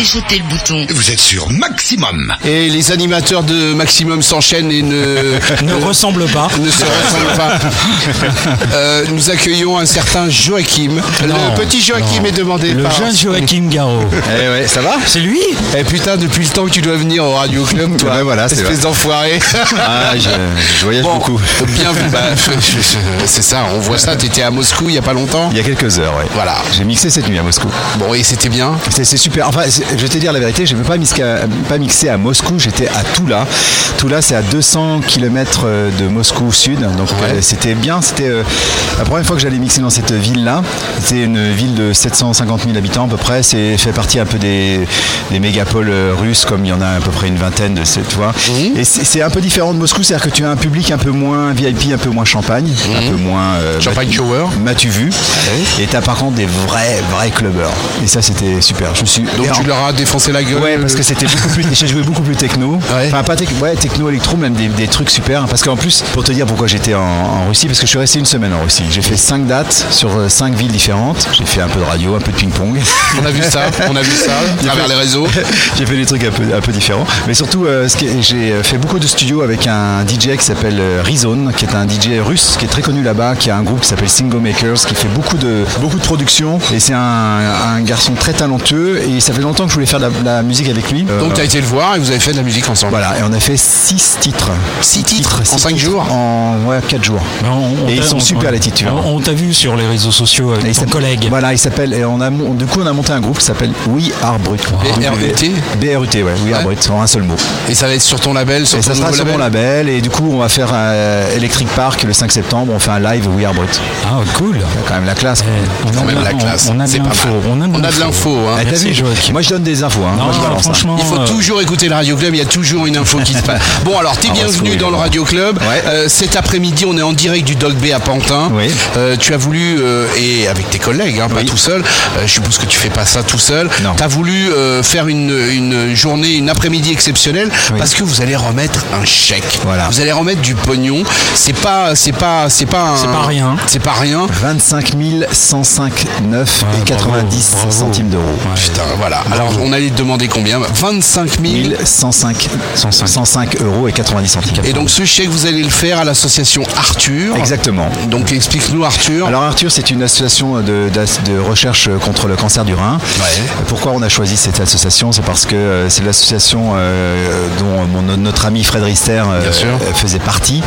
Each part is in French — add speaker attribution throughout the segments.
Speaker 1: et jetez le bouton.
Speaker 2: Vous êtes sur Maximum.
Speaker 3: Et les animateurs de Maximum s'enchaînent et ne,
Speaker 4: Ne ressemble pas.
Speaker 3: ne se ressemblent pas. Euh, nous accueillons un certain Joachim.
Speaker 5: Non,
Speaker 3: le petit Joachim
Speaker 5: non.
Speaker 3: est demandé
Speaker 4: Le
Speaker 3: par.
Speaker 4: jeune Joachim Garraud.
Speaker 5: Eh ouais, ça va
Speaker 4: C'est lui
Speaker 3: Eh putain, depuis le temps que tu dois venir au Radio Club, toi.
Speaker 5: Ouais, voilà, c'est
Speaker 3: espèce
Speaker 5: vrai.
Speaker 3: d'enfoiré.
Speaker 5: Ah, je, je voyage
Speaker 3: Bon,
Speaker 5: beaucoup.
Speaker 3: bienvenue. Bah, c'est ça, on voit ça. T'étais à Moscou il y a pas longtemps.
Speaker 5: Il y a quelques heures, ouais.
Speaker 3: Voilà.
Speaker 5: J'ai mixé cette nuit à Moscou.
Speaker 3: Bon, et c'était bien.
Speaker 5: C'est c'est super. Enfin, c'est- je vais te dire la vérité, je ne pas, misquer à- pas mixer à Moscou, j'étais à Toula. Toula, c'est à 200 km euh, de Moscou sud. Donc euh, c'était bien. C'était euh, la première fois que j'allais mixer dans cette ville-là. C'était une ville de 750 000 habitants à peu près. C'est fait partie un peu des, des mégapoles euh, russes, comme il y en a à peu près une vingtaine de cette fois. Et c'est c'est un peu différent de Moscou, c'est-à-dire que tu as un public un peu moins VIP, un peu moins champagne, un peu moins. euh,
Speaker 3: Champagne
Speaker 5: Matu-
Speaker 3: shower.
Speaker 5: M'as-tu vu Et t'as par contre des vrais, vrais clubbers. Et ça, c'était super. Je me suis.
Speaker 3: Donc
Speaker 5: Et
Speaker 3: tu
Speaker 5: en-
Speaker 3: leur euh, as défoncé la gueule.
Speaker 5: Ouais, parce que c'était beaucoup plus. J'ai joué beaucoup plus techno. Enfin, pas tec- ouais, techno, électro, même des, des trucs super. Parce qu'en plus, pour te dire pourquoi j'étais en, en Russie, parce que je suis resté une semaine en Russie. J'ai fait cinq dates sur euh, cinq villes différentes. J'ai fait un peu de radio, un peu de ping-pong.
Speaker 3: On a vu ça, on a vu ça à travers les réseaux.
Speaker 5: j'ai fait des trucs un peu, un peu différents. Mais surtout, euh, ce qui est- j'ai euh, fait beaucoup de studios avec un DJ qui s'appelle euh, Rizone, qui est un DJ russe, qui est très connu là-bas, qui a un groupe qui s'appelle Single Makers, qui fait beaucoup de, beaucoup de productions. Et c'est un, un garçon très talentueux. Et ça fait longtemps que je voulais faire de la, de la musique avec lui. Euh,
Speaker 3: Donc t'as été le voir et vous avez fait de la musique ensemble.
Speaker 5: voilà, et on a fait 6 titres.
Speaker 3: Six titres en
Speaker 5: six
Speaker 3: cinq
Speaker 5: titres
Speaker 3: jours
Speaker 5: En ouais, 4 jours. et ils sont super les titres, tu vois.
Speaker 4: On, on t'a vu sur les réseaux sociaux
Speaker 5: Et
Speaker 4: avec
Speaker 5: il
Speaker 4: ton
Speaker 5: s'appelle-
Speaker 4: collègue.
Speaker 5: Voilà, il s'appelle. Et on a, mon- du coup, on a monté un groupe qui s'appelle We Are Brut.
Speaker 3: BRUT?
Speaker 5: BRUT, ouais. We Are
Speaker 3: Ouais.
Speaker 5: Brut, en un seul mot.
Speaker 3: Et ça va être sur ton label, sur
Speaker 5: Et
Speaker 3: ton
Speaker 5: ça sera
Speaker 3: nouveau
Speaker 5: sur mon label. Et du coup, on va faire euh, Electric Park le 5 septembre. On fait un live We Are Brut.
Speaker 4: Ah, cool.
Speaker 5: Quand même la classe.
Speaker 4: Eh, on,
Speaker 3: Quand
Speaker 4: a,
Speaker 3: même
Speaker 4: de-
Speaker 3: la
Speaker 4: on-
Speaker 3: classe,
Speaker 4: on a de
Speaker 3: c'est pas
Speaker 4: l'info.
Speaker 3: mal.
Speaker 4: On a
Speaker 3: On a de
Speaker 4: de
Speaker 3: l'info, hein.
Speaker 5: Ah, t'as
Speaker 4: Merci,
Speaker 5: vu
Speaker 4: Joachim.
Speaker 5: Moi, je donne des infos. hein.
Speaker 4: Non,
Speaker 5: Moi, je balance, hein.
Speaker 4: franchement.
Speaker 3: Il faut
Speaker 4: euh,
Speaker 3: toujours écouter le Radio Club, il y a toujours une info qui se passe. Bon alors, t'es
Speaker 5: Ah, on va se
Speaker 3: bienvenu
Speaker 5: fouiller,
Speaker 3: dans le
Speaker 5: bon.
Speaker 3: Radio Club.
Speaker 5: Ouais.
Speaker 3: Euh, cet après-midi, on est en direct du Dog Bay à Pantin.
Speaker 5: Oui.
Speaker 3: Euh, tu as voulu, euh, et avec tes collègues, hein, pas
Speaker 5: Oui.
Speaker 3: tout seul, euh, je suppose que tu fais pas ça tout seul,
Speaker 5: Non.
Speaker 3: t'as voulu euh, faire une, une journée, une après-midi exceptionnelle,
Speaker 5: Oui.
Speaker 3: parce que vous allez remettre un chèque.
Speaker 5: Voilà.
Speaker 3: Vous allez remettre du pognon. C'est pas, c'est pas, c'est pas,
Speaker 4: C'est
Speaker 3: un-
Speaker 4: pas rien.
Speaker 3: C'est pas rien.
Speaker 5: 25 105 9
Speaker 4: Ouais,
Speaker 5: et 90
Speaker 4: bravo, bravo.
Speaker 5: centimes d'euros.
Speaker 3: Putain, voilà. Alors, on allait te demander combien 25 000.
Speaker 5: 1105, 105 euros et 90 centimes.
Speaker 3: Et donc, ce chèque, vous allez le faire à l'association Arthur.
Speaker 5: Exactement.
Speaker 3: Donc explique-nous Arthur.
Speaker 5: Alors Arthur, c'est une association de, d'as- de recherche contre le cancer du rein. Pourquoi on a choisi cette association C'est parce que euh, c'est l'association euh, dont mon- notre ami Fred Rister euh,
Speaker 3: Bien sûr.
Speaker 5: euh, faisait partie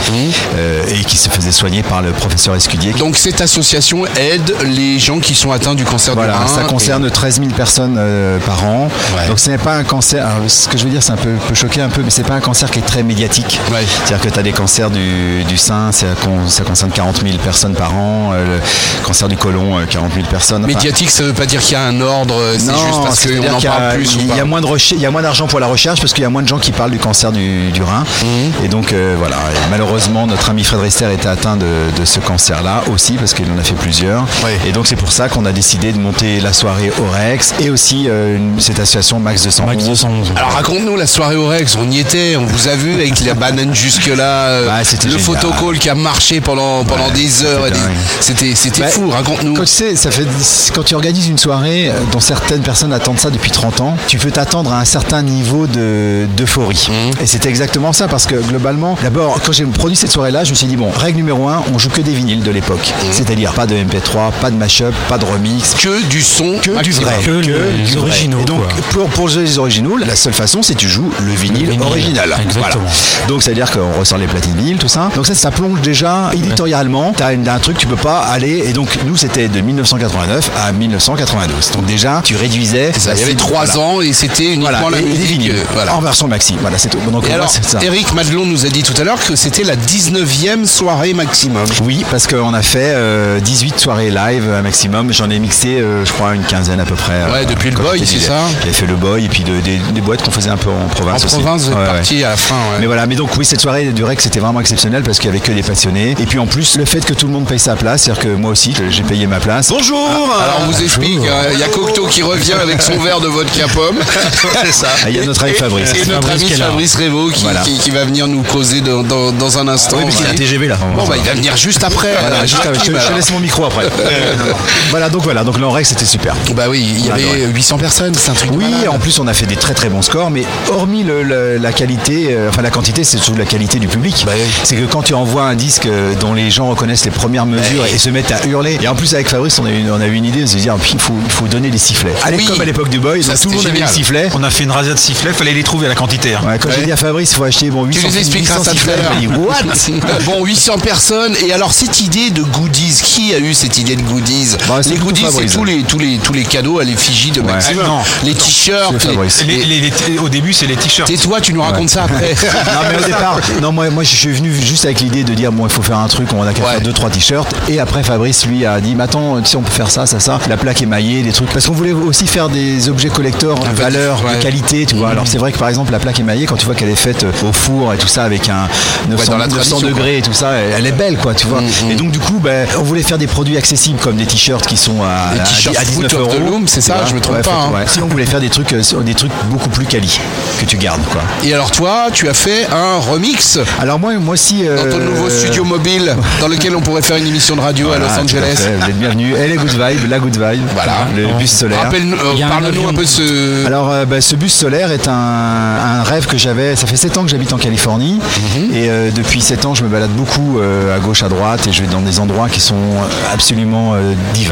Speaker 5: euh, et qui se faisait soigner par le professeur Escudier.
Speaker 3: donc cette association aide les gens qui sont atteints du cancer
Speaker 5: Voilà,
Speaker 3: du rein.
Speaker 5: ça concerne 13 000 personnes euh, par an.
Speaker 3: Ouais.
Speaker 5: Donc ce n'est pas un cancer. alors, ce que je veux dire, c'est un peu, peu choqué un peu, mais c'est pas un cancer qui est très médiatique.
Speaker 3: Ouais.
Speaker 5: C'est-à-dire que tu as des cancers du, du sein, c'est- ça concerne 40 000 personnes par an. euh, le cancer du côlon, euh, 40 000 personnes.
Speaker 3: Et
Speaker 5: Enfin,
Speaker 3: Médiatique, ça veut pas dire qu'il y a un ordre, euh, c'est
Speaker 5: non,
Speaker 3: juste parce qu'on
Speaker 5: c'est-à-dire
Speaker 3: en
Speaker 5: qu'il y a-
Speaker 3: parle plus. ou
Speaker 5: Il y
Speaker 3: pas.
Speaker 5: a moins de recher- il y a moins d'argent pour la recherche parce qu'il y a moins de gens qui parlent du cancer du, du rein.
Speaker 3: Mhm.
Speaker 5: Et donc euh, voilà, Et malheureusement notre ami Fred Rester était atteint de, de ce cancer-là aussi parce qu'il en a fait plusieurs.
Speaker 3: Ouais.
Speaker 5: Et donc c'est pour ça qu'on a décidé de monter la soirée Orex et aussi euh, une- cette association Max 211.
Speaker 4: Max 211.
Speaker 3: Alors raconte-nous la soirée au Rex, on y était, on vous a vu avec la banane jusque-là, euh,
Speaker 5: Ouais, c'était
Speaker 3: le
Speaker 5: génial.
Speaker 3: photocall qui a marché pendant, pendant des heures. et des-
Speaker 5: dingue.
Speaker 3: C'était c'était
Speaker 5: Bah,
Speaker 3: fou, raconte-nous.
Speaker 5: Quand tu sais, ça fait, quand tu organises une soirée euh, dont certaines personnes attendent ça depuis 30 ans, tu peux t'attendre à un certain niveau de- d'euphorie. Et c'était exactement ça parce que globalement, d'abord, quand j'ai produit cette soirée-là, je me suis dit, bon, règle numéro 1, on joue que des vinyles de l'époque. C'est-à-dire pas de MP3, pas de mashup, pas de remix.
Speaker 3: Que du son,
Speaker 5: Que du
Speaker 3: maximum.
Speaker 5: vrai.
Speaker 4: Que les
Speaker 5: du vrai.
Speaker 4: originaux,
Speaker 5: Et donc,
Speaker 4: quoi.
Speaker 5: pour, pour jouer les originaux, la seule façon, c'est tu joues le vinyle,
Speaker 4: vinyle.
Speaker 5: original.
Speaker 4: Exactement.
Speaker 5: Voilà. Donc, c'est-à-dire qu'on ressort les platines vinyles, tout ça. Donc, ça, ça plonge déjà éditorialement. T'as une- un truc, tu peux pas aller. Et donc, nous, c'était de 1989 à 1992. Donc, déjà, tu réduisais.
Speaker 3: Ça, Il y avait trois ans et c'était uniquement
Speaker 5: Voilà,
Speaker 3: la
Speaker 5: et- et des
Speaker 3: musique.
Speaker 5: vinyles.
Speaker 3: euh, voilà.
Speaker 5: En version maxi. Voilà, c'est tout. Donc,
Speaker 3: Et
Speaker 5: moi,
Speaker 3: alors,
Speaker 5: c'est ça.
Speaker 3: Eric Madelon nous a dit tout à l'heure que c'était la 19e soirée maximum.
Speaker 5: Oui, parce qu'on a fait euh, 18 soirées live un maximum. J'en ai mixé, euh, je crois, une quinzaine à peu près. euh,
Speaker 3: Ouais, depuis le
Speaker 5: quand
Speaker 3: Boy,
Speaker 5: j'étais
Speaker 3: c'est
Speaker 5: DJ.
Speaker 3: ça
Speaker 5: J'avais fait le boy et puis de- des, des boîtes qu'on faisait un peu en
Speaker 3: En
Speaker 5: province aussi.
Speaker 3: province, vous êtes
Speaker 5: Ouais, ouais.
Speaker 3: parti à la fin. ouais.
Speaker 5: Mais voilà, mais donc oui, cette soirée du REC c'était vraiment exceptionnel parce qu'il y avait que des passionnés. Et puis en plus, le fait que tout le monde paye sa place, c'est-à-dire que moi aussi, que j'ai payé ma place. Ah, Bonjour
Speaker 3: Alors on vous explique, hein. il y a Cocteau qui revient avec son verre de vodka pomme. C'est ça.
Speaker 5: Ah, il y a notre ami
Speaker 3: Et-
Speaker 5: Fabrice.
Speaker 3: Et, notre
Speaker 4: Fabrice
Speaker 3: ami
Speaker 4: qui est là.
Speaker 3: Fabrice Révaux qui,
Speaker 5: Voilà.
Speaker 3: qui- qui va venir nous causer dans, dans- dans un instant.
Speaker 5: Oui, parce qu'il y a un TGV là.
Speaker 3: Bon bah il va venir juste après. Ah, bah,
Speaker 5: Voilà,
Speaker 3: Alors,
Speaker 5: juste avant, je,
Speaker 3: tranquille,
Speaker 5: te- je te
Speaker 3: alors.
Speaker 5: laisse mon micro après. voilà, donc voilà, donc le REC c'était super.
Speaker 3: Bah oui, il y
Speaker 5: On a
Speaker 3: avait
Speaker 5: adoré.
Speaker 3: 800 personnes. c'est un truc. de
Speaker 5: Oui,
Speaker 3: malade.
Speaker 5: en plus on a fait des très très bons scores, mais hormis le- le- la qualité, euh, enfin la quantité, c'est surtout la qualité du public.
Speaker 3: Bah oui.
Speaker 5: C'est que quand tu envoies un disque euh, dont les gens reconnaissent les premières
Speaker 3: Bah
Speaker 5: mesures et se mettent à hurler, et en plus avec Fabrice on a eu, on a eu une idée, on s'est dit ah, puis, il faut, il faut donner des sifflets. Allez,
Speaker 3: Oui.
Speaker 5: Comme à l'époque du Boys,
Speaker 3: Ça,
Speaker 5: tout
Speaker 3: c'était
Speaker 5: le monde avait des
Speaker 3: génial.
Speaker 5: sifflets.
Speaker 1: On a fait une razzia de sifflets, fallait les trouver à la quantité. hein.
Speaker 5: Ouais, quand j'ai dit à Fabrice, il faut acheter bon, 800,
Speaker 3: Tu nous expliqueras
Speaker 5: 800
Speaker 3: ça tout
Speaker 5: sifflets,
Speaker 3: à l'heure.
Speaker 5: il m'a dit, What
Speaker 3: bon, 800 personnes. Et alors, cette idée de goodies, qui a eu cette idée de goodies
Speaker 5: Bah, c'est
Speaker 3: Les
Speaker 5: plutôt
Speaker 3: goodies, c'est
Speaker 5: Fabrice.
Speaker 3: tous les, tous, les, tous les cadeaux à l'effigie de Maxime.
Speaker 1: Ah, non.
Speaker 3: les t-shirts.
Speaker 5: C'est Fabrice.
Speaker 3: les-
Speaker 1: Les-
Speaker 3: les-
Speaker 1: les- les- au début, c'est les t-shirts.
Speaker 3: Tais-toi, tu nous racontes ça après.
Speaker 5: non mais au départ, non moi, moi je suis venu juste avec l'idée de dire bon il faut faire un truc, on a qu'à
Speaker 3: Ouais.
Speaker 5: faire deux trois t-shirts et après Fabrice lui a dit mais attends tu sais on peut faire ça ça ça, la plaque émaillée, des trucs parce qu'on voulait aussi faire des objets collecteurs de
Speaker 3: peu
Speaker 5: valeur,
Speaker 3: diff- ouais.
Speaker 5: de qualité tu vois. Alors c'est vrai que par exemple la plaque émaillée quand tu vois qu'elle est faite euh, au four et tout ça avec un 900,
Speaker 3: dans la
Speaker 5: 900
Speaker 3: tradition, Mm,
Speaker 5: degrés et tout ça, elle elle est belle quoi tu vois. Et donc du coup ben, on voulait faire des produits accessibles comme des t-shirts qui sont à,
Speaker 3: Des
Speaker 5: à-
Speaker 3: t-shirts
Speaker 5: à 19
Speaker 3: Foot
Speaker 5: euros.
Speaker 3: of the Loom, c'est ça,
Speaker 5: tu vois.
Speaker 3: je me trompe
Speaker 5: Ouais,
Speaker 3: pas,
Speaker 5: faut-
Speaker 3: hein.
Speaker 5: ouais. Si on voulait faire des trucs euh, des trucs beaucoup plus quali que tu gardes quoi.
Speaker 3: Et alors, toi, tu as fait un remix
Speaker 5: Alors moi, moi aussi.
Speaker 3: dans ton
Speaker 5: euh,
Speaker 3: nouveau studio mobile dans lequel on pourrait faire une émission de radio à
Speaker 5: voilà,
Speaker 3: Los
Speaker 5: Ah, tout à
Speaker 3: Angeles.
Speaker 5: fait. Vous êtes bienvenue. Elle est Good Vibe, la Good Vibe.
Speaker 3: Voilà.
Speaker 5: Le bus solaire.
Speaker 3: Rappelle-nous- euh,
Speaker 4: Il y a un
Speaker 3: Parle-nous
Speaker 4: avion.
Speaker 3: un peu de ce.
Speaker 5: Alors, euh, bah, ce bus solaire est un, un rêve que j'avais. Ça fait 7 ans que j'habite en Californie.
Speaker 3: Mhm.
Speaker 5: Et euh, depuis 7 ans, je me balade beaucoup euh, à gauche, à droite. Et je vais dans des endroits qui sont absolument euh, divins.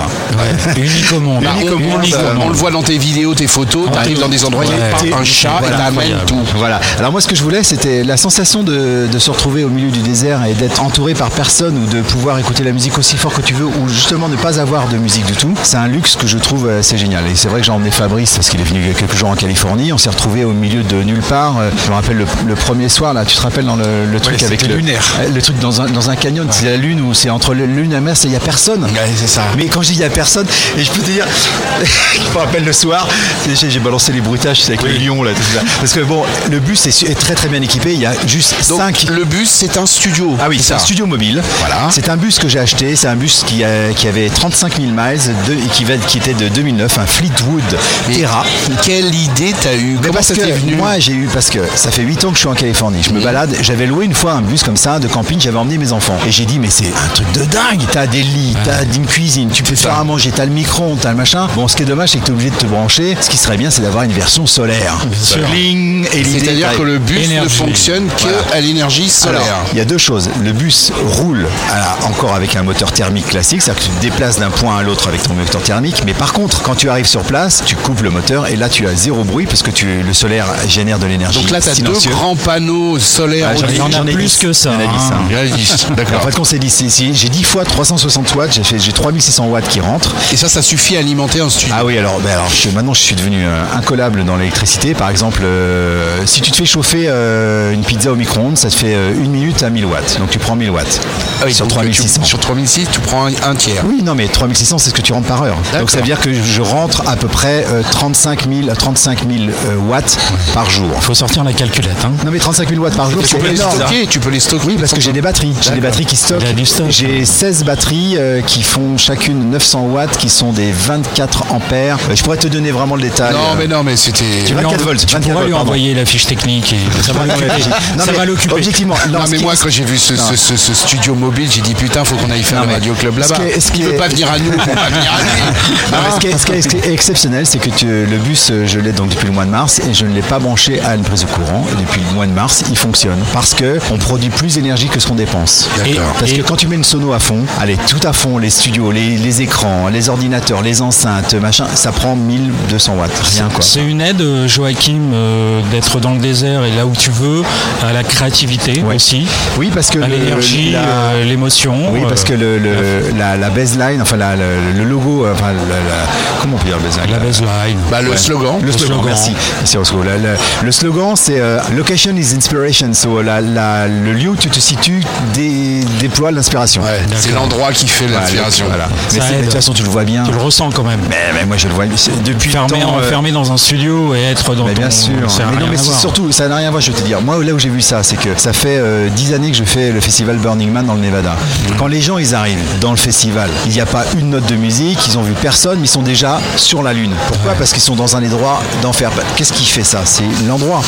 Speaker 4: Unique au monde.
Speaker 3: Bah, on,
Speaker 4: Unique
Speaker 3: on-
Speaker 4: au
Speaker 3: on
Speaker 4: monde.
Speaker 3: le voit dans tes vidéos, tes photos, t'arrives dans des endroits, il y a
Speaker 5: Ouais.
Speaker 3: pas un chat
Speaker 5: Voilà,
Speaker 3: et t'amènes
Speaker 5: incroyable.
Speaker 3: tout.
Speaker 5: Voilà. Alors moi, ce que je voulais, c'était la sensation de, de se retrouver au milieu du désert et d'être entouré par personne ou de pouvoir écouter la musique aussi fort que tu veux ou justement ne pas avoir de musique du tout. C'est un luxe que je trouve assez génial. Et c'est vrai que j'ai emmené Fabrice parce qu'il est venu il y a quelques jours en Californie. On s'est retrouvé au milieu de nulle part. Euh, Je me rappelle le, le premier soir là. Tu te rappelles dans le, le truc
Speaker 1: c'était
Speaker 5: avec le
Speaker 1: lunaire.
Speaker 5: euh, Le truc dans un, dans un canyon. C'est la lune où c'est entre la lune et la mer. c'est- Il y a personne.
Speaker 3: c'est ça.
Speaker 5: Mais quand je dis il n'y a personne, et je peux te dire, je me rappelle le soir, j'ai j'ai balancé les bruitages c'est avec le lion là, tout ça. Parce que bon, le bus est, su- est très très bien équipé, il y a juste
Speaker 3: Donc
Speaker 5: 5
Speaker 3: le bus, c'est un studio.
Speaker 5: ah oui,
Speaker 3: c'est
Speaker 5: c'est un studio mobile.
Speaker 3: Voilà.
Speaker 5: C'est un bus que j'ai acheté. C'est un bus qui, a- qui avait 35 000 miles de- et qui, va- qui était de 2009, un Fleetwood
Speaker 3: Mais
Speaker 5: Terra.
Speaker 3: Quelle idée t'as eu
Speaker 5: Mais
Speaker 3: Comment
Speaker 5: parce
Speaker 3: ça
Speaker 5: que
Speaker 3: t'est venu
Speaker 5: moi j'ai eu parce que ça fait 8 ans que je suis en Californie, je me balade, j'avais loué une fois un bus comme ça de camping, j'avais emmené mes enfants et j'ai dit mais c'est un truc de dingue, t'as des lits, t'as une cuisine, tu peux faire à manger, t'as le micro, t'as le machin. Bon ce qui est dommage c'est que t'es obligé de te brancher, ce qui serait bien c'est d'avoir une version solaire. Bling, et l'idée,
Speaker 3: C'est-à-dire
Speaker 5: t'as-
Speaker 3: que le bus ne
Speaker 4: Énergie.
Speaker 3: fonctionne que à l'énergie
Speaker 5: alors,
Speaker 3: solaire.
Speaker 5: il y a deux choses. Le bus roule à- encore avec un moteur thermique classique, c'est-à-dire que tu te déplaces d'un point à l'autre avec ton moteur thermique. Mais par contre, quand tu arrives sur place, tu coupes le moteur et là tu as zéro bruit parce que tu- le solaire génère de l'énergie.
Speaker 3: Donc là, t'as deux
Speaker 5: silencieuse.
Speaker 3: grands panneaux solaires.
Speaker 5: Ah, j'en ai-
Speaker 4: Il y en
Speaker 5: j'en
Speaker 4: a
Speaker 5: ai dix.
Speaker 4: plus que ça.
Speaker 5: Il y en a dix,
Speaker 4: hein.
Speaker 5: hein. En
Speaker 3: D'accord.
Speaker 5: fait, on s'est dit, si- si j'ai 10 fois 360 watts, j'ai fait- j'ai 3600 watts qui rentrent.
Speaker 3: Et ça, ça suffit à alimenter un studio.
Speaker 5: Ah oui, alors, ben alors, je suis- maintenant je suis devenu euh, incollable dans l'électricité. Par exemple, euh, si tu te fais chauffer euh, une pizza au micro-ondes, ça te fait euh, une minute à 1000 watts. Donc tu prends 1000 watts
Speaker 3: Ah oui,
Speaker 5: sur
Speaker 3: donc, euh, tu-
Speaker 5: 3600.
Speaker 3: Sur 3600, tu prends un, un tiers.
Speaker 5: Oui, non, mais 3600, c'est ce que tu rentres par heure.
Speaker 3: D'accord.
Speaker 5: Donc ça veut dire que je rentre à peu près euh, 35 000, 35 000 euh, watts par jour.
Speaker 4: Faut sortir la calculette. hein.
Speaker 5: Non, mais 35 000 watts par jour,
Speaker 3: Tu
Speaker 5: c'est
Speaker 3: peux les
Speaker 5: énorme.
Speaker 3: stocker, tu peux les stocker.
Speaker 5: Oui, parce que j'ai des batteries. J'ai des batteries qui stockent.
Speaker 4: Il y a du stock.
Speaker 5: J'ai 16 batteries euh, qui font chacune 900 watts, qui sont des 24 ampères. Euh, Je pourrais te donner vraiment le détail.
Speaker 3: Non,
Speaker 5: euh,
Speaker 3: mais non, mais c'était.
Speaker 5: Tu 24
Speaker 4: Lui en-
Speaker 5: volts,
Speaker 4: Tu
Speaker 5: 24
Speaker 4: pourras lui
Speaker 5: volts, pardon.
Speaker 4: envoyer la fiche technique et Ah, ça va
Speaker 5: Non,
Speaker 4: l'occuper.
Speaker 5: mais
Speaker 4: Ça va l'occuper.
Speaker 5: Objectivement,
Speaker 3: Non,
Speaker 5: ce
Speaker 3: mais
Speaker 5: qui-
Speaker 3: moi, quand j'ai vu ce, ce- ce- ce studio mobile, j'ai dit putain, faut qu'on aille faire
Speaker 5: Non,
Speaker 3: un
Speaker 5: mais
Speaker 3: radio club
Speaker 5: ce
Speaker 3: là-bas.
Speaker 5: qui est- ce qui
Speaker 3: Il veut
Speaker 5: est-
Speaker 3: pas venir à nous, on va venir à lui.
Speaker 5: Non, mais Ah, ce, qui est, ce qui est- ce qui est exceptionnel, c'est que tu- le bus, euh, je l'ai donc depuis le mois de mars et je ne l'ai pas branché à une prise de courant. Et depuis le mois de mars, il fonctionne parce que on produit plus d'énergie que ce qu'on dépense.
Speaker 3: D'accord.
Speaker 5: Parce que quand tu mets une sono à fond, allez, tout à fond, les studios, les, les écrans, les ordinateurs, les enceintes, machin, ça prend 1200 watts. Rien quoi.
Speaker 4: C'est une aide, euh, Joachim, euh, d'être dans le désert et là où tu veux, à la créativité
Speaker 5: Ouais.
Speaker 4: aussi,
Speaker 5: Oui, parce que
Speaker 4: à
Speaker 5: le-
Speaker 4: Ah, l'énergie,
Speaker 5: la-
Speaker 4: euh, l'émotion.
Speaker 5: Oui, parce
Speaker 4: euh,
Speaker 5: que le, le- la, la baseline, enfin la- le, le logo, euh, enfin la- la- comment on peut dire baseline
Speaker 4: la
Speaker 5: la-
Speaker 4: baseline.
Speaker 3: Bah, le slogan.
Speaker 5: Le slogan,
Speaker 4: slogan.
Speaker 5: merci. Merci, Roscoe. Le, le- le slogan, c'est euh, Location is inspiration. So, la- la- le lieu où tu te situes dé- déploie l'inspiration.
Speaker 3: Ouais, c'est l'endroit qui fait
Speaker 5: Voilà,
Speaker 3: l'inspiration.
Speaker 5: voilà.
Speaker 4: Ça
Speaker 5: Mais c'est- de
Speaker 4: aide.
Speaker 5: toute façon, tu le vois bien.
Speaker 4: Tu le ressens quand même.
Speaker 5: Mais, mais moi, je le vois c'est- depuis le
Speaker 4: Fermé,
Speaker 5: temps, euh,
Speaker 4: enfermé dans un studio et être dans
Speaker 5: mais bien
Speaker 4: ton-
Speaker 5: sûr.
Speaker 4: ça a
Speaker 5: mais non,
Speaker 4: rien
Speaker 5: mais
Speaker 4: à
Speaker 5: c'est
Speaker 4: voir.
Speaker 5: surtout, ça n'a rien à voir, je vais te dire. Moi, là où j'ai vu ça, c'est que ça fait euh, 10 années que je fais le festival Burning Man dans le Nevada.
Speaker 4: Mhm.
Speaker 5: Quand les gens, ils arrivent dans le festival, il n'y a pas une note de musique, ils ont vu personne, mais ils sont déjà sur la Lune. Pourquoi Parce qu'ils sont dans un endroit d'enfer. Bah, Qu'est-ce qui fait ça C'est l'endroit.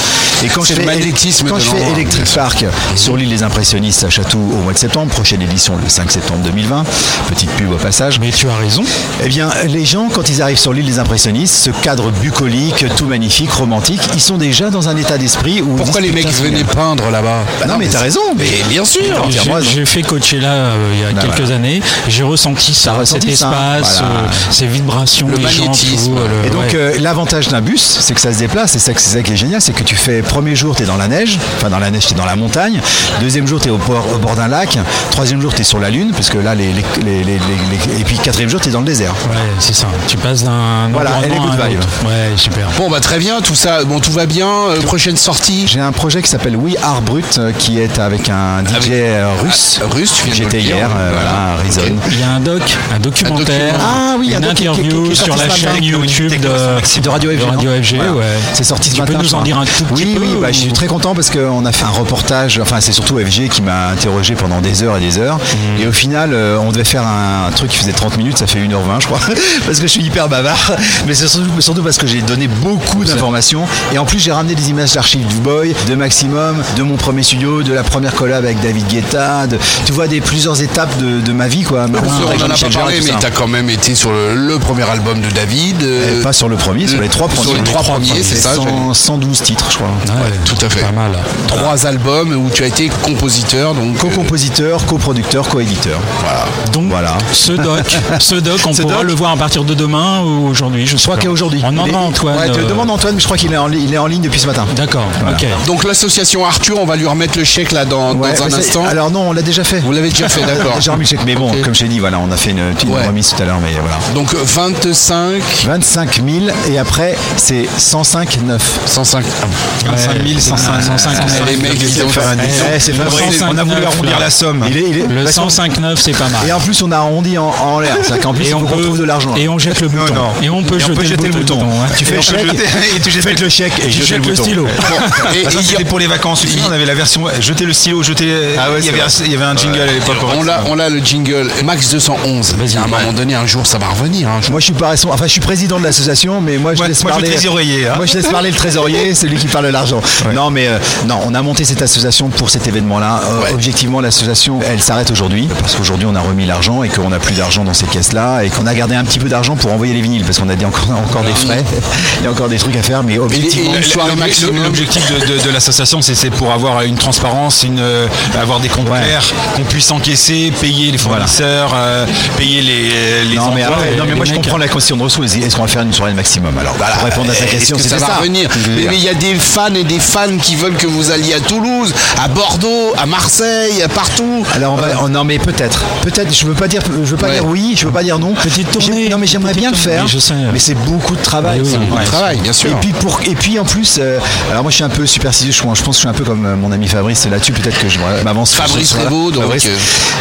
Speaker 5: Et quand je
Speaker 3: C'est le
Speaker 5: fais,
Speaker 3: magnétisme
Speaker 5: quand
Speaker 3: de
Speaker 5: je fais
Speaker 3: l'endroit.
Speaker 5: Electric Park
Speaker 4: Mhm.
Speaker 5: sur l'île des impressionnistes à Château au mois de septembre, prochaine édition le 5 septembre 2020, petite pub au passage.
Speaker 4: Mais tu as raison.
Speaker 5: Eh bien, les gens, quand ils arrivent sur l'île des impressionnistes, se ce cadre bucolique, tout magnifique, romantique. Ils sont déjà dans un état d'esprit où. ils
Speaker 3: Pourquoi
Speaker 5: disent,
Speaker 3: les mecs
Speaker 5: putain, c'est
Speaker 3: venaient
Speaker 5: génial.
Speaker 3: peindre là-bas
Speaker 5: Bah non, mais t'as raison, mais-
Speaker 3: Mais bien sûr.
Speaker 5: Tiens, moi,
Speaker 4: J'ai- J'ai fait Coachella euh, il y a
Speaker 5: Bah,
Speaker 4: quelques
Speaker 5: voilà.
Speaker 4: années. J'ai ressenti ça,
Speaker 5: ressenti
Speaker 4: cet
Speaker 5: ça, hein.
Speaker 4: espace,
Speaker 5: voilà.
Speaker 4: euh, ces vibrations,
Speaker 3: Le
Speaker 4: les gens,
Speaker 3: magnétisme.
Speaker 4: tout, euh, le-
Speaker 5: Et donc
Speaker 4: ouais.
Speaker 5: euh, l'avantage d'un bus, c'est que ça se déplace, et ça, que- c'est ça qui est génial, c'est que tu fais premier jour, tu es dans la neige, enfin dans la neige, tu es dans la montagne, deuxième jour, tu es au bord, au bord d'un lac, troisième jour, tu es sur la lune, parce que là, les, les- les- les- les- les- et puis quatrième jour, tu es dans le désert.
Speaker 4: Ouais, c'est ça. Tu passes d'un
Speaker 5: Voilà, elle est
Speaker 4: environnement
Speaker 5: good
Speaker 4: à un
Speaker 5: vibe.
Speaker 4: autre. Ouais, super.
Speaker 3: Bon bah très bien, tout ça, bon tout va bien, euh, prochaine sortie.
Speaker 5: J'ai un projet qui s'appelle We Are Brut, euh, qui est avec un DJ euh, russe.
Speaker 3: Ah, russe, tu viens de me
Speaker 5: J'étais
Speaker 3: le dire,
Speaker 5: hier, euh,
Speaker 3: voilà.
Speaker 5: voilà, à Rizon.
Speaker 3: Ok.
Speaker 4: Il y a un doc, un documentaire,
Speaker 5: Ah oui,
Speaker 4: une
Speaker 5: un doc qui- qui- qui-
Speaker 4: interview
Speaker 5: qui est
Speaker 4: sur
Speaker 5: sorti
Speaker 4: la
Speaker 5: ce matin.
Speaker 4: chaîne
Speaker 5: Techno-
Speaker 4: YouTube
Speaker 5: Techno-
Speaker 4: de,
Speaker 5: de Radio FG.
Speaker 4: de Radio FG,
Speaker 5: Voilà.
Speaker 4: ouais.
Speaker 5: C'est sorti ce
Speaker 4: Tu
Speaker 5: matin.
Speaker 4: peux nous
Speaker 5: je
Speaker 4: en
Speaker 5: crois.
Speaker 4: dire un tout petit
Speaker 5: oui,
Speaker 4: peu
Speaker 5: Oui, bah,
Speaker 4: ou-
Speaker 5: je suis très content parce qu'on a fait un reportage. Enfin, c'est surtout FG qui m'a interrogé pendant des heures et des heures.
Speaker 4: Hmm.
Speaker 5: Et au final, euh, on devait faire un, un truc qui faisait 30 minutes, ça fait 1h20, je crois. parce que je suis hyper bavard. Mais c'est surtout, surtout parce que j'ai donné beaucoup d'informations. Et en plus, j'ai ramené des images d'archives du Boy, de Maximum, de mon premier studio, de la première collab avec David Guetta. de- tu vois, des plusieurs étapes de, de ma vie, quoi.
Speaker 3: Parce que on
Speaker 5: Avec
Speaker 3: en a
Speaker 5: Jean-Michel
Speaker 3: pas
Speaker 5: Jarre,
Speaker 3: parlé,
Speaker 5: tout
Speaker 3: mais
Speaker 5: ça.
Speaker 3: t'as quand même été sur le, le premier album de David. euh,
Speaker 5: Euh, pas sur le premier, sur les trois
Speaker 3: sur
Speaker 5: premiers.
Speaker 3: les trois premiers, c'est ça,
Speaker 5: cent-
Speaker 3: j'allais dire.
Speaker 5: 112 titres, je crois.
Speaker 4: Ouais,
Speaker 3: tout à fait.
Speaker 4: Pas mal.
Speaker 3: trois albums où tu as été compositeur, donc. euh,
Speaker 5: Co-compositeur, co-producteur, co-éditeur. Voilà.
Speaker 4: Donc,
Speaker 5: Voilà.
Speaker 4: ce doc, ce doc, on
Speaker 5: Ce
Speaker 4: pourra
Speaker 5: doc-
Speaker 4: le voir à partir de demain ou aujourd'hui. Je
Speaker 5: Je
Speaker 4: crois
Speaker 5: crois qu'aujourd'hui.
Speaker 4: On demandera à Antoine.
Speaker 5: Ouais,
Speaker 4: euh,
Speaker 5: tu demandes à Antoine, mais je crois qu'il est, en li- il est en ligne depuis ce matin.
Speaker 4: D'accord. Ok.
Speaker 3: euh,
Speaker 5: Eh,
Speaker 3: donc l'association Arthur, on va lui remettre le chèque là dans,
Speaker 5: Ouais,
Speaker 3: dans un
Speaker 5: mais c'est-
Speaker 3: instant.
Speaker 5: Alors non, on l'a déjà fait.
Speaker 3: Vous l'avez déjà fait, d'accord.
Speaker 5: J'ai remis le chèque, mais bon,
Speaker 3: Ok.
Speaker 5: comme je t'ai dit, voilà, on a fait une petite
Speaker 3: Ouais.
Speaker 5: remise tout à l'heure, mais voilà.
Speaker 3: Donc 25,
Speaker 5: 25 000 et après c'est 105 9.
Speaker 3: 105.
Speaker 5: ah
Speaker 1: 25 000, 105
Speaker 4: 105
Speaker 3: les mecs, ils ont fait un
Speaker 5: Eh, c'est pas
Speaker 4: Le
Speaker 5: vrai,
Speaker 4: 105
Speaker 1: On a voulu
Speaker 4: neuf,
Speaker 1: arrondir
Speaker 4: là.
Speaker 1: la somme.
Speaker 5: Il est, il est-
Speaker 4: Le
Speaker 5: parce qu'on-
Speaker 4: 105.9, c'est pas mal.
Speaker 5: Et en plus on a arrondi en, en l'air, c'est-à-dire qu'en plus
Speaker 4: Et
Speaker 5: on,
Speaker 4: peut-
Speaker 5: retrouve de l'argent.
Speaker 4: Et on jette le bouton.
Speaker 1: non.
Speaker 4: Et on peut
Speaker 1: Et on
Speaker 4: jeter, hein.
Speaker 1: peut jeter le bouton.
Speaker 4: ouais.
Speaker 5: Tu fais
Speaker 1: Et
Speaker 5: le
Speaker 1: on peut
Speaker 5: chèque
Speaker 1: jeter- et tu jettes
Speaker 5: Faites le chèque et
Speaker 4: Tu
Speaker 5: jetez
Speaker 4: jettes
Speaker 5: le
Speaker 4: le
Speaker 5: bouton.
Speaker 4: stylo.
Speaker 3: Et, et
Speaker 1: Ah, ça,
Speaker 3: hier-
Speaker 1: c'était pour les vacances aussi. On avait la version euh, jeter le stylo, jeter.
Speaker 5: Ah ouais,
Speaker 1: il, y
Speaker 5: c'est
Speaker 1: avait un, il y avait un jingle à l'époque.
Speaker 3: on l'a, on l'a le jingle Max 211.
Speaker 4: Vas-y,
Speaker 3: à un moment donné, un jour, ça va revenir. hein, je-
Speaker 5: Moi je suis pas responsable- enfin je suis président de l'association, mais moi je
Speaker 1: Moi-
Speaker 5: laisse
Speaker 1: moi, je suis
Speaker 5: parler.
Speaker 1: trésorier, hein.
Speaker 5: Moi je laisse parler le trésorier, celui qui parle de l'argent. Non mais euh, non, on a monté cette association pour cet événement-là. Euh, Objectivement, l'association elle s'arrête aujourd'hui parce qu'aujourd'hui on a remis l'argent et qu'on n'a plus d'argent dans ces caisses-là et qu'on a gardé un petit peu d'argent pour envoyer les vinyles parce qu'on a dit encore encore des frais, il y a encore des trucs à faire, mais objectivement.
Speaker 3: et- Une soirée maximum.
Speaker 1: L'objectif de, de- de l'association, c'est c'est pour avoir une transparence, une, euh, avoir des comptes
Speaker 5: Ouais.
Speaker 1: clairs, qu'on puisse encaisser, payer les fournisseurs, euh, payer les, les
Speaker 5: Non mais,
Speaker 1: emplois
Speaker 5: après,
Speaker 1: et
Speaker 5: non, mais
Speaker 1: les
Speaker 5: moi je
Speaker 1: mecs. hein.
Speaker 5: comprends la question de ressources. Est-ce qu'on va faire une soirée de maximum Alors voilà, pour répondre à sa
Speaker 3: Est-ce
Speaker 5: question,
Speaker 3: que
Speaker 5: c'est
Speaker 3: ça va revenir.
Speaker 5: Je veux
Speaker 3: Mais
Speaker 5: dire.
Speaker 3: mais il y a des fans et des fans qui veulent que vous alliez à Toulouse, à Bordeaux, à Marseille, à partout.
Speaker 5: Alors on va, oh, non mais peut-être, peut-être. Je veux pas dire, je veux pas
Speaker 3: Ouais.
Speaker 5: dire oui, je veux pas dire non. Petite
Speaker 4: tournée,
Speaker 5: Non mais j'aimerais
Speaker 4: petite
Speaker 5: bien le
Speaker 4: tournée,
Speaker 5: faire.
Speaker 4: je sais.
Speaker 5: Mais c'est beaucoup de travail.
Speaker 4: Mais oui,
Speaker 5: ça.
Speaker 4: beaucoup de
Speaker 5: Ouais.
Speaker 3: travail, bien sûr.
Speaker 5: Et puis pour, et puis en plus, euh, alors moi je suis un peu superstitieux. Je, crois, je pense que je suis un peu comme euh, mon ami Fabrice. C'est là-dessus peut-être que je m'avance. sur ce
Speaker 3: Fabrice
Speaker 5: soir-là.
Speaker 3: Rebaud, donc,
Speaker 5: Fabrice.
Speaker 3: euh,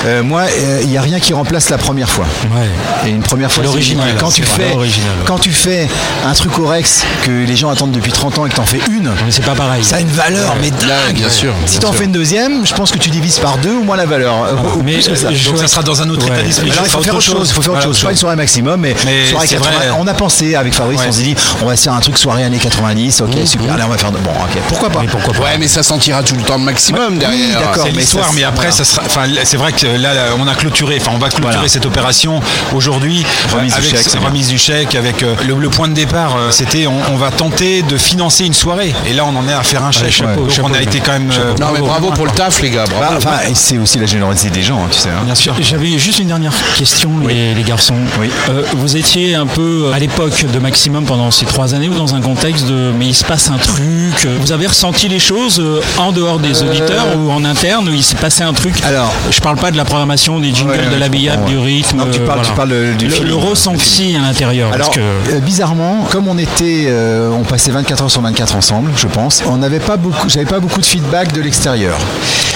Speaker 5: Euh, moi, il n'y y a rien qui remplace la première fois.
Speaker 4: Ouais.
Speaker 5: Et une première fois, c'est
Speaker 4: L'original,
Speaker 5: génial. Quand
Speaker 4: c'est
Speaker 5: tu
Speaker 4: vrai,
Speaker 5: fais,
Speaker 4: l'original, ouais.
Speaker 5: quand tu fais un truc au Rex que les gens attendent depuis 30 ans et que t'en fais une,
Speaker 4: Mais c'est pas pareil.
Speaker 5: ça a une valeur, mais dingue.
Speaker 3: Là, bien sûr.
Speaker 5: Si
Speaker 3: bien
Speaker 5: t'en
Speaker 3: sûr.
Speaker 5: fais une deuxième, je pense que tu divises par deux au moins la valeur. Euh, au- au
Speaker 4: mais
Speaker 5: plus que ça.
Speaker 4: je-
Speaker 1: Donc ça sera dans un autre
Speaker 4: Ouais.
Speaker 1: état d'esprit.
Speaker 5: Mais alors, il faut faire autre chose, il faut faire autre
Speaker 1: Voilà,
Speaker 5: chose. Pas une soirée maximum, mais,
Speaker 1: Mais
Speaker 5: soirée
Speaker 1: c'est
Speaker 5: 80.
Speaker 1: vrai.
Speaker 5: On a pensé avec Fabrice,
Speaker 1: Ouais.
Speaker 5: on s'est dit, on va se faire un truc soirée années 90, ok, super. Allez, on va faire. de- Bon, ok, pourquoi pas.
Speaker 4: Mais pourquoi pas
Speaker 3: Ouais, mais ça sentira tout le temps le maximum derrière.
Speaker 5: d'accord.
Speaker 1: C'est
Speaker 5: mais
Speaker 1: l'histoire,
Speaker 5: ça,
Speaker 1: mais après, ça
Speaker 5: voilà.
Speaker 1: sera. Enfin, là, c'est vrai que là, là, on a clôturé. Enfin, on va clôturer
Speaker 5: Voilà.
Speaker 1: cette opération aujourd'hui
Speaker 5: Remise
Speaker 1: euh,
Speaker 5: du
Speaker 1: avec
Speaker 5: chèque,
Speaker 1: ce-
Speaker 5: c'est bien.
Speaker 1: remise du chèque, avec euh, le, le point de départ. euh, C'était, on, on va tenter de financer une soirée. Et là, on en est à faire un chèque.
Speaker 4: chapeau,
Speaker 1: Donc,
Speaker 4: chapeau,
Speaker 1: on a été quand même. euh,
Speaker 3: Non, mais bravo pour le taf, les gars. bravo.
Speaker 5: Bah, enfin, et c'est aussi la générosité des gens, hein, tu sais. hein.
Speaker 1: bien sûr.
Speaker 4: J'avais juste une dernière question, les, les garçons.
Speaker 5: Oui.
Speaker 4: Euh, vous étiez un peu euh, à l'époque de Maximum pendant ces trois années, ou dans un contexte de mais il se passe un truc. euh, Vous avez ressenti les choses euh, en dehors des auditeurs ou en interne où il s'est passé un truc.
Speaker 5: Alors-
Speaker 4: je parle pas de la programmation, des jingles,
Speaker 5: Ouais, ouais,
Speaker 4: de l'habillable,
Speaker 5: je
Speaker 4: du
Speaker 5: comprends, ouais.
Speaker 4: rythme.
Speaker 5: Non, tu
Speaker 4: euh,
Speaker 5: parles- tu parles, euh, du
Speaker 4: le,
Speaker 5: feeling,
Speaker 4: le
Speaker 5: du
Speaker 4: ressenti à l'intérieur.
Speaker 5: Alors,
Speaker 4: parce que-
Speaker 5: euh, bizarrement, comme on était, euh, on passait 24 heures sur 24 ensemble, je pense, on n'avait pas beaucoup, j'avais pas beaucoup de feedback de l'extérieur.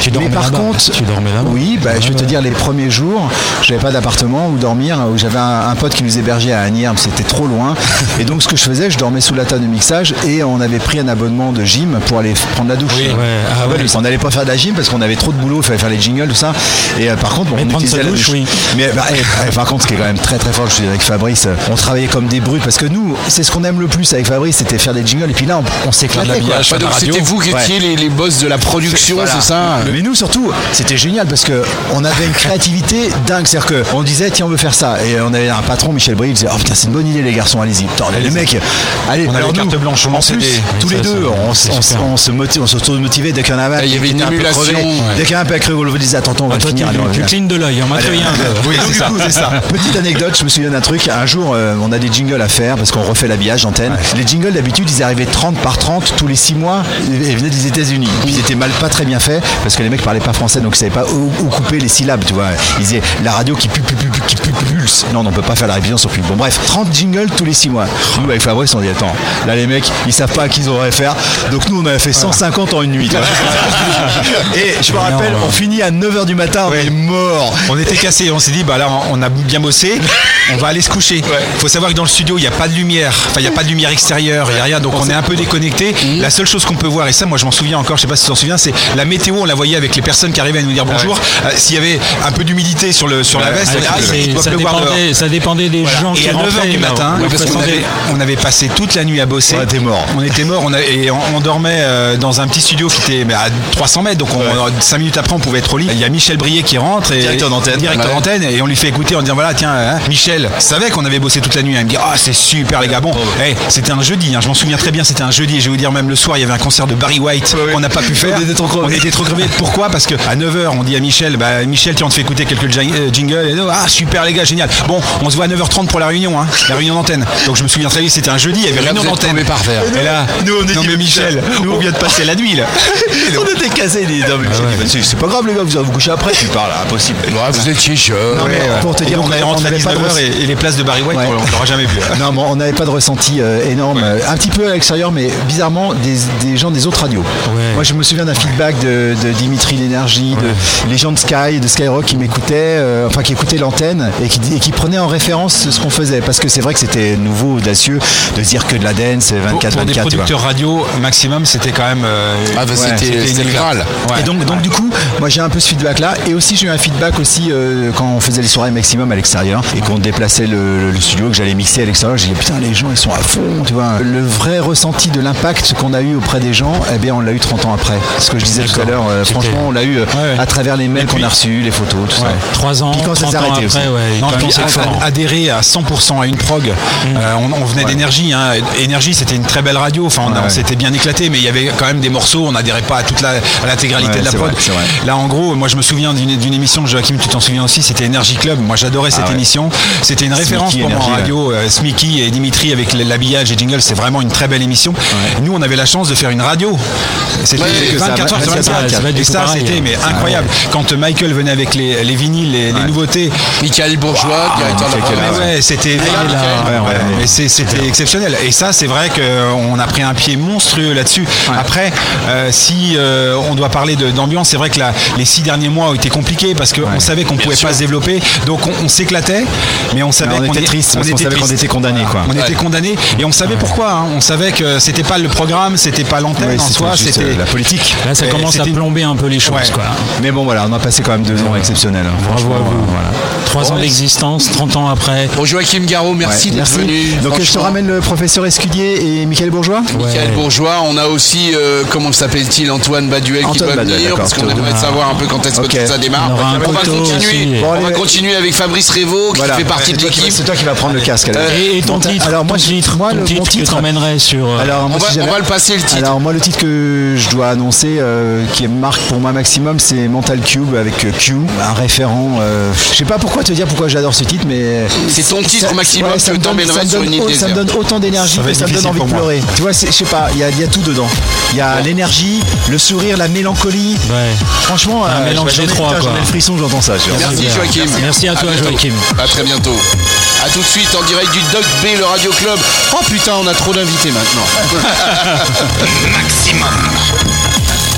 Speaker 4: Tu dormais
Speaker 5: Mais par
Speaker 4: là-bas.
Speaker 5: contre,
Speaker 4: Tu dormais là-bas.
Speaker 5: Oui, bah, je vais
Speaker 4: Ouais,
Speaker 5: te
Speaker 4: ouais.
Speaker 5: dire, les premiers jours, j'avais pas d'appartement où dormir, où j'avais un, un pote qui nous hébergeait à Agnières, mais c'était trop loin. Et donc, ce que je faisais, je dormais sous la table de mixage et on avait pris un abonnement de gym pour aller f- prendre la douche.
Speaker 4: Oui, ouais. Ah ouais.
Speaker 5: On n'allait pas faire de la gym parce qu'on avait trop de boulot, il fallait faire les jingles, tout ça. Et euh, par contre, bon,
Speaker 4: Mais
Speaker 5: on
Speaker 4: prendre
Speaker 5: utilisait
Speaker 4: sa
Speaker 5: la
Speaker 4: douche, oui.
Speaker 5: mais bah, eh, eh, par contre, ce qui est quand même très très fort, je suis avec Fabrice, euh, on travaillait comme des brutes parce que nous, c'est ce qu'on aime le plus avec Fabrice, c'était faire des jingles. Et puis là, on, on s'éclate.
Speaker 1: Faire de l'habillage, faire
Speaker 3: Enfin,
Speaker 1: de
Speaker 3: donc
Speaker 1: la radio.
Speaker 3: c'était vous qui
Speaker 5: Ouais.
Speaker 3: étiez les, les boss de la production,
Speaker 1: Voilà.
Speaker 3: c'est ça
Speaker 5: Mais nous surtout, c'était génial parce que on avait une créativité dingue. C'est-à-dire que on disait tiens on veut faire ça et on avait un patron Michel Brive il disait oh putain c'est une bonne idée les garçons allez-y. Putain, les mecs, allez.
Speaker 1: avait
Speaker 5: alors
Speaker 1: carte
Speaker 5: nous,
Speaker 1: blanche, on
Speaker 5: En
Speaker 1: lançait
Speaker 5: plus,
Speaker 1: des-
Speaker 5: tous
Speaker 1: Oui,
Speaker 5: les
Speaker 1: ça,
Speaker 5: deux,
Speaker 1: ça,
Speaker 5: on,
Speaker 1: c'est
Speaker 5: on-
Speaker 1: super.
Speaker 5: on se motive, on s'automotivait dès qu'il y en avait. un
Speaker 3: il y
Speaker 5: qui
Speaker 3: avait une
Speaker 5: était un peu
Speaker 3: émulation,
Speaker 5: crevé,
Speaker 3: ouais.
Speaker 5: Dès qu'il y en a un peu crevé, on le disait attends attends, on va
Speaker 4: Ah,
Speaker 5: le
Speaker 4: toi,
Speaker 5: finir.
Speaker 4: tu-
Speaker 5: allez, on va
Speaker 4: tu
Speaker 5: le finir.
Speaker 4: clignes de l'œil, hein, on m'a
Speaker 5: Allez,
Speaker 4: fait un.
Speaker 5: euh, oui, c'est ça. Petite anecdote, je me souviens d'un truc. Un jour, euh, on a des jingles à faire parce qu'on refait l'habillage d'antenne. Les jingles, d'habitude, ils arrivaient 30 par 30 tous les 6 mois et et venaient des États-Unis. Puis Ils étaient mal, pas très bien faits parce que les mecs parlaient pas français donc ils savaient pas où, où couper les syllabes, tu vois. Ils disaient la radio qui, pu- pu- pu- qui pu- pu- pulse. Non, non, on peut pas faire la répétition sur pub. Bon, bref, 30 jingles tous les 6 mois. Nous, avec Fabrice, on dit attends, là, les mecs, ils savent pas à qui ils auraient faire. Donc nous, on avait fait 150 en une nuit. tu vois. et je me rappelle, on finit à 9h du matin, on est mort.
Speaker 1: On était cassé, on s'est dit bah là on a bien bossé, on va aller se coucher. Faut savoir que dans le studio il n'y a pas de lumière, enfin il n'y a pas de lumière extérieure, il n'y a rien, donc on est un peu déconnecté.
Speaker 5: Mmh.
Speaker 1: La seule chose qu'on peut voir, et ça moi je m'en souviens encore, je sais pas si tu t'en souviens, c'est la météo, on la voyait avec les personnes qui arrivaient à nous
Speaker 5: Ah
Speaker 1: dire bonjour. Euh, S'il y avait un peu d'humidité sur, le, sur la veste, on
Speaker 4: Ah,
Speaker 1: dirait, ah,
Speaker 4: c'est-
Speaker 1: il doit
Speaker 4: ça,
Speaker 1: pleuvoir dehors.
Speaker 4: dépendait, ça dépendait des gens
Speaker 1: Et
Speaker 4: qui
Speaker 1: à 9h
Speaker 4: rentraient,
Speaker 1: du
Speaker 4: là,
Speaker 1: matin,
Speaker 4: on
Speaker 1: parce qu'on
Speaker 4: descendait.
Speaker 1: avait, on avait passé toute la nuit à bosser.
Speaker 5: On était morts.
Speaker 1: On était morts, on a- et on, on dormait euh, dans un petit studio qui était mais à 300 mètres, donc 5 minutes après on pouvait être au lit. Il y a Michel Brier qui rentre, et,
Speaker 5: Directeur d'antenne.
Speaker 1: directeur
Speaker 5: Ouais.
Speaker 1: d'antenne, et on lui fait écouter en disant voilà tiens hein, Michel savait qu'on avait bossé toute la nuit. Il me dit ah c'est super les gars bon,
Speaker 5: Oh,
Speaker 1: eh, c'était un jeudi, hein, je m'en souviens très bien, c'était un jeudi. Et je vais vous dire même le soir il y avait un concert de Barry White qu'on n'a pas pu faire.
Speaker 5: On était trop crevés.
Speaker 1: On était trop crevés. Pourquoi Parce que à 9h on dit à Michel bah Michel tu on te fait écouter quelques jing- euh, jingles. Et, ah super les gars génial. Bon on se voit à 9h30 pour la réunion, hein, la réunion d'antenne. Donc je me souviens très bien c'était un jeudi, il y avait
Speaker 3: Là,
Speaker 1: réunion
Speaker 3: vous êtes
Speaker 1: d'antenne.
Speaker 3: tombé par terre.
Speaker 1: Et là nous on est non mais Michel on vient de passer la nuit là. Ah
Speaker 5: on était cassés. il dit, non, mais Michel, il dit, c'est- c'est pas grave, les gars, vous allez vous coucher après. Tu parles, impossible.
Speaker 3: Ouais, Vous étiez jeunes.
Speaker 5: Non, mais pour te
Speaker 1: Et
Speaker 5: dire,
Speaker 1: donc,
Speaker 5: on
Speaker 1: on est
Speaker 5: avait-
Speaker 1: rentré
Speaker 5: on
Speaker 1: à
Speaker 5: avait pas de
Speaker 1: 19h et, et les places de Barry White
Speaker 5: Ouais.
Speaker 1: on l'aura jamais vu. hein.
Speaker 5: Non, mais on n'avait pas de ressenti euh, énorme. Euh, Un petit peu à l'extérieur, mais bizarrement, des, des gens des autres radios. Moi, je me souviens d'un feedback de, de Dimitri L'Énergie, de les gens de Sky, de Skyrock qui m'écoutaient, euh, enfin qui écoutaient l'antenne et qui, et qui prenaient en référence ce qu'on faisait. Parce que c'est vrai que c'était nouveau, audacieux de dire que de la dance, 24-24.
Speaker 1: Pour, pour des
Speaker 5: tu vois.
Speaker 1: producteurs radio, maximum, c'était quand même. euh,
Speaker 3: Ah, bah, c'était-
Speaker 1: une
Speaker 3: c'était le
Speaker 1: éclate.
Speaker 3: Graal.
Speaker 1: Ouais.
Speaker 5: Et donc, donc du coup, moi j'ai un peu ce feedback là. Et aussi j'ai eu un feedback aussi euh, quand on faisait les soirées maximum à l'extérieur et qu'on déplaçait le, le studio, que j'allais mixer à l'extérieur. J'ai dit putain les gens ils sont à fond, tu vois. Le vrai ressenti de l'impact qu'on a eu auprès des gens, eh bien on l'a eu 30 ans après. Ce que je disais tout à l'heure, euh, franchement on l'a eu euh,
Speaker 1: Ouais, ouais.
Speaker 5: à travers les mails qu'on a reçus, les photos, tout ça.
Speaker 4: Trois ans,
Speaker 5: Puis quand ça
Speaker 4: 30
Speaker 5: s'est
Speaker 4: ans après,
Speaker 5: arrêté aussi.
Speaker 4: ouais,
Speaker 1: Non,
Speaker 4: quand
Speaker 1: puis
Speaker 4: même, c'est
Speaker 1: ad-
Speaker 4: fort.
Speaker 1: adhérer à 100% à une prog. Euh, on, on venait d'énergie. hein. Énergie, c'était une très belle radio. Enfin, on, on
Speaker 5: ouais.
Speaker 1: s'était bien éclaté, mais il y avait quand même des morceaux. On n'adhérait pas à toute la- à l'intégralité
Speaker 5: Ouais,
Speaker 1: de la
Speaker 5: c'est
Speaker 1: prog.
Speaker 5: vrai, c'est vrai.
Speaker 1: Là, en gros, moi, je me souviens d'une d'une émission. Joachim, tu t'en souviens aussi. C'était Energy Club. Moi, j'adorais cette
Speaker 5: ouais.
Speaker 1: émission. C'était une référence pour moi en
Speaker 5: Energy, ouais.
Speaker 1: radio. Euh, Smicky et Dimitri avec l'habillage et jingle, c'est vraiment une très belle émission. Nous, on avait la chance de faire une radio. C'était
Speaker 3: Ouais, que ça
Speaker 1: 24 heures sur
Speaker 4: va-
Speaker 1: 24.
Speaker 4: ça va être
Speaker 1: Et
Speaker 4: du tout
Speaker 1: ça,
Speaker 4: pareil.
Speaker 1: c'était mais
Speaker 4: Ah,
Speaker 1: incroyable. Quand euh, Michael venait avec les, les vinyles, les, les nouveautés,
Speaker 3: Michael Bourgeois,
Speaker 5: Ah,
Speaker 3: directeur de la
Speaker 1: Ah, mais
Speaker 3: programmation.
Speaker 1: ouais, c'était
Speaker 3: là.
Speaker 1: Ouais,
Speaker 5: Ouais, ouais.
Speaker 1: mais c'est- c'était exceptionnel. Et ça, c'est vrai qu'on a pris un pied monstrueux là-dessus. Après, euh, si euh, on doit parler de- d'ambiance, c'est vrai que la- les six derniers mois ont été compliqués parce qu'on savait qu'on pouvait pas se développer. Donc on, on s'éclatait, mais on savait
Speaker 5: Mais on
Speaker 1: qu'on
Speaker 5: était
Speaker 1: est-
Speaker 5: triste parce qu'on savait qu'on
Speaker 1: triste.
Speaker 5: était condamnés, quoi.
Speaker 1: On était condamnés et on savait pourquoi. hein. On savait que c'était pas le programme, c'était pas l'antenne
Speaker 5: Ouais,
Speaker 1: en
Speaker 5: c'était
Speaker 1: soi,
Speaker 5: juste,
Speaker 1: c'était
Speaker 5: euh, la politique.
Speaker 4: Là, ça
Speaker 1: Et
Speaker 4: commence à
Speaker 1: c'était-
Speaker 4: plomber un peu les choses.
Speaker 1: Ouais.
Speaker 4: Quoi.
Speaker 5: Mais bon voilà, on a passé quand même deux ans exceptionnels. hein.
Speaker 4: Bravo à
Speaker 5: Franchement,
Speaker 4: vous.
Speaker 5: euh, voilà.
Speaker 4: Trois ans d'existence, 30 ans après.
Speaker 3: Bon, Joachim Garraud, merci
Speaker 5: Ouais,
Speaker 3: d'être venu.
Speaker 5: Donc je te
Speaker 3: Franchement,
Speaker 5: ramène le professeur Escudier et Michael Bourgeois.
Speaker 3: Michael Bourgeois, on a aussi, euh, comment s'appelle-t-il, Antoine Baduel qui
Speaker 5: Antoine
Speaker 3: doit
Speaker 5: Baduel,
Speaker 3: venir,
Speaker 5: d'accord,
Speaker 3: parce qu'on
Speaker 5: Antoine.
Speaker 3: aimerait savoir un peu quand est-ce que
Speaker 5: Ok.
Speaker 3: tout ça démarre.
Speaker 4: On aura un
Speaker 3: va
Speaker 4: couteau
Speaker 3: continuer.
Speaker 4: aussi.
Speaker 5: Bon,
Speaker 3: on va
Speaker 5: allez.
Speaker 3: continuer avec Fabrice Révaux qui
Speaker 5: Voilà.
Speaker 3: fait partie
Speaker 5: C'est
Speaker 3: de
Speaker 5: toi qui-
Speaker 3: l'équipe. Euh,
Speaker 5: C'est toi qui vas prendre le casque. alors.
Speaker 4: Et, et ton
Speaker 5: Mon ta-
Speaker 4: titre,
Speaker 5: Alors moi,
Speaker 4: ton
Speaker 5: je-
Speaker 4: titre,
Speaker 5: moi,
Speaker 4: ton
Speaker 5: le,
Speaker 4: titre
Speaker 5: mon
Speaker 4: que
Speaker 5: titre.
Speaker 4: t'emmènerais sur. euh,
Speaker 5: Alors,
Speaker 3: On
Speaker 5: moi,
Speaker 3: va-
Speaker 5: si
Speaker 3: on
Speaker 5: j'avais-
Speaker 3: va le passer, le titre.
Speaker 5: Alors moi le titre que je dois annoncer, euh, qui marque pour moi maximum, c'est Mental Cube avec euh, Q, un référent. euh, je sais pas pourquoi te dire pourquoi j'adore ce titre, mais euh,
Speaker 3: C'est ton titre
Speaker 5: Ça-
Speaker 3: maximum
Speaker 5: ouais,
Speaker 3: que
Speaker 5: ça me donne-
Speaker 3: t'emmènerais
Speaker 5: ça me
Speaker 3: sur
Speaker 5: donne
Speaker 3: une île
Speaker 5: au- Ça me
Speaker 3: déserte.
Speaker 5: donne autant d'énergie
Speaker 1: Ça va
Speaker 5: que
Speaker 1: être
Speaker 5: ça me donne
Speaker 1: difficile
Speaker 5: envie de
Speaker 1: pour moi.
Speaker 5: pleurer. Tu vois, c'est- je sais pas, il y a, il y a tout dedans. Il y a l'énergie, le sourire, la mélancolie.
Speaker 4: Ouais.
Speaker 5: Franchement, euh,
Speaker 4: Ah, mélange des
Speaker 5: j'en ai- putain,
Speaker 4: trois, quoi.
Speaker 5: J'en ai le frisson, j'entends ça. tu vois.
Speaker 3: Merci Joachim.
Speaker 4: Merci à toi,
Speaker 3: bientôt.
Speaker 4: Joachim.
Speaker 3: À très bientôt. À tout de suite en direct du Doc B, le Radio Club. Oh putain, on a trop d'invités maintenant.
Speaker 2: Maximum.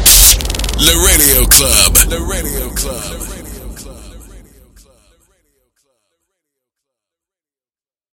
Speaker 2: The Radio Club. The Radio Club.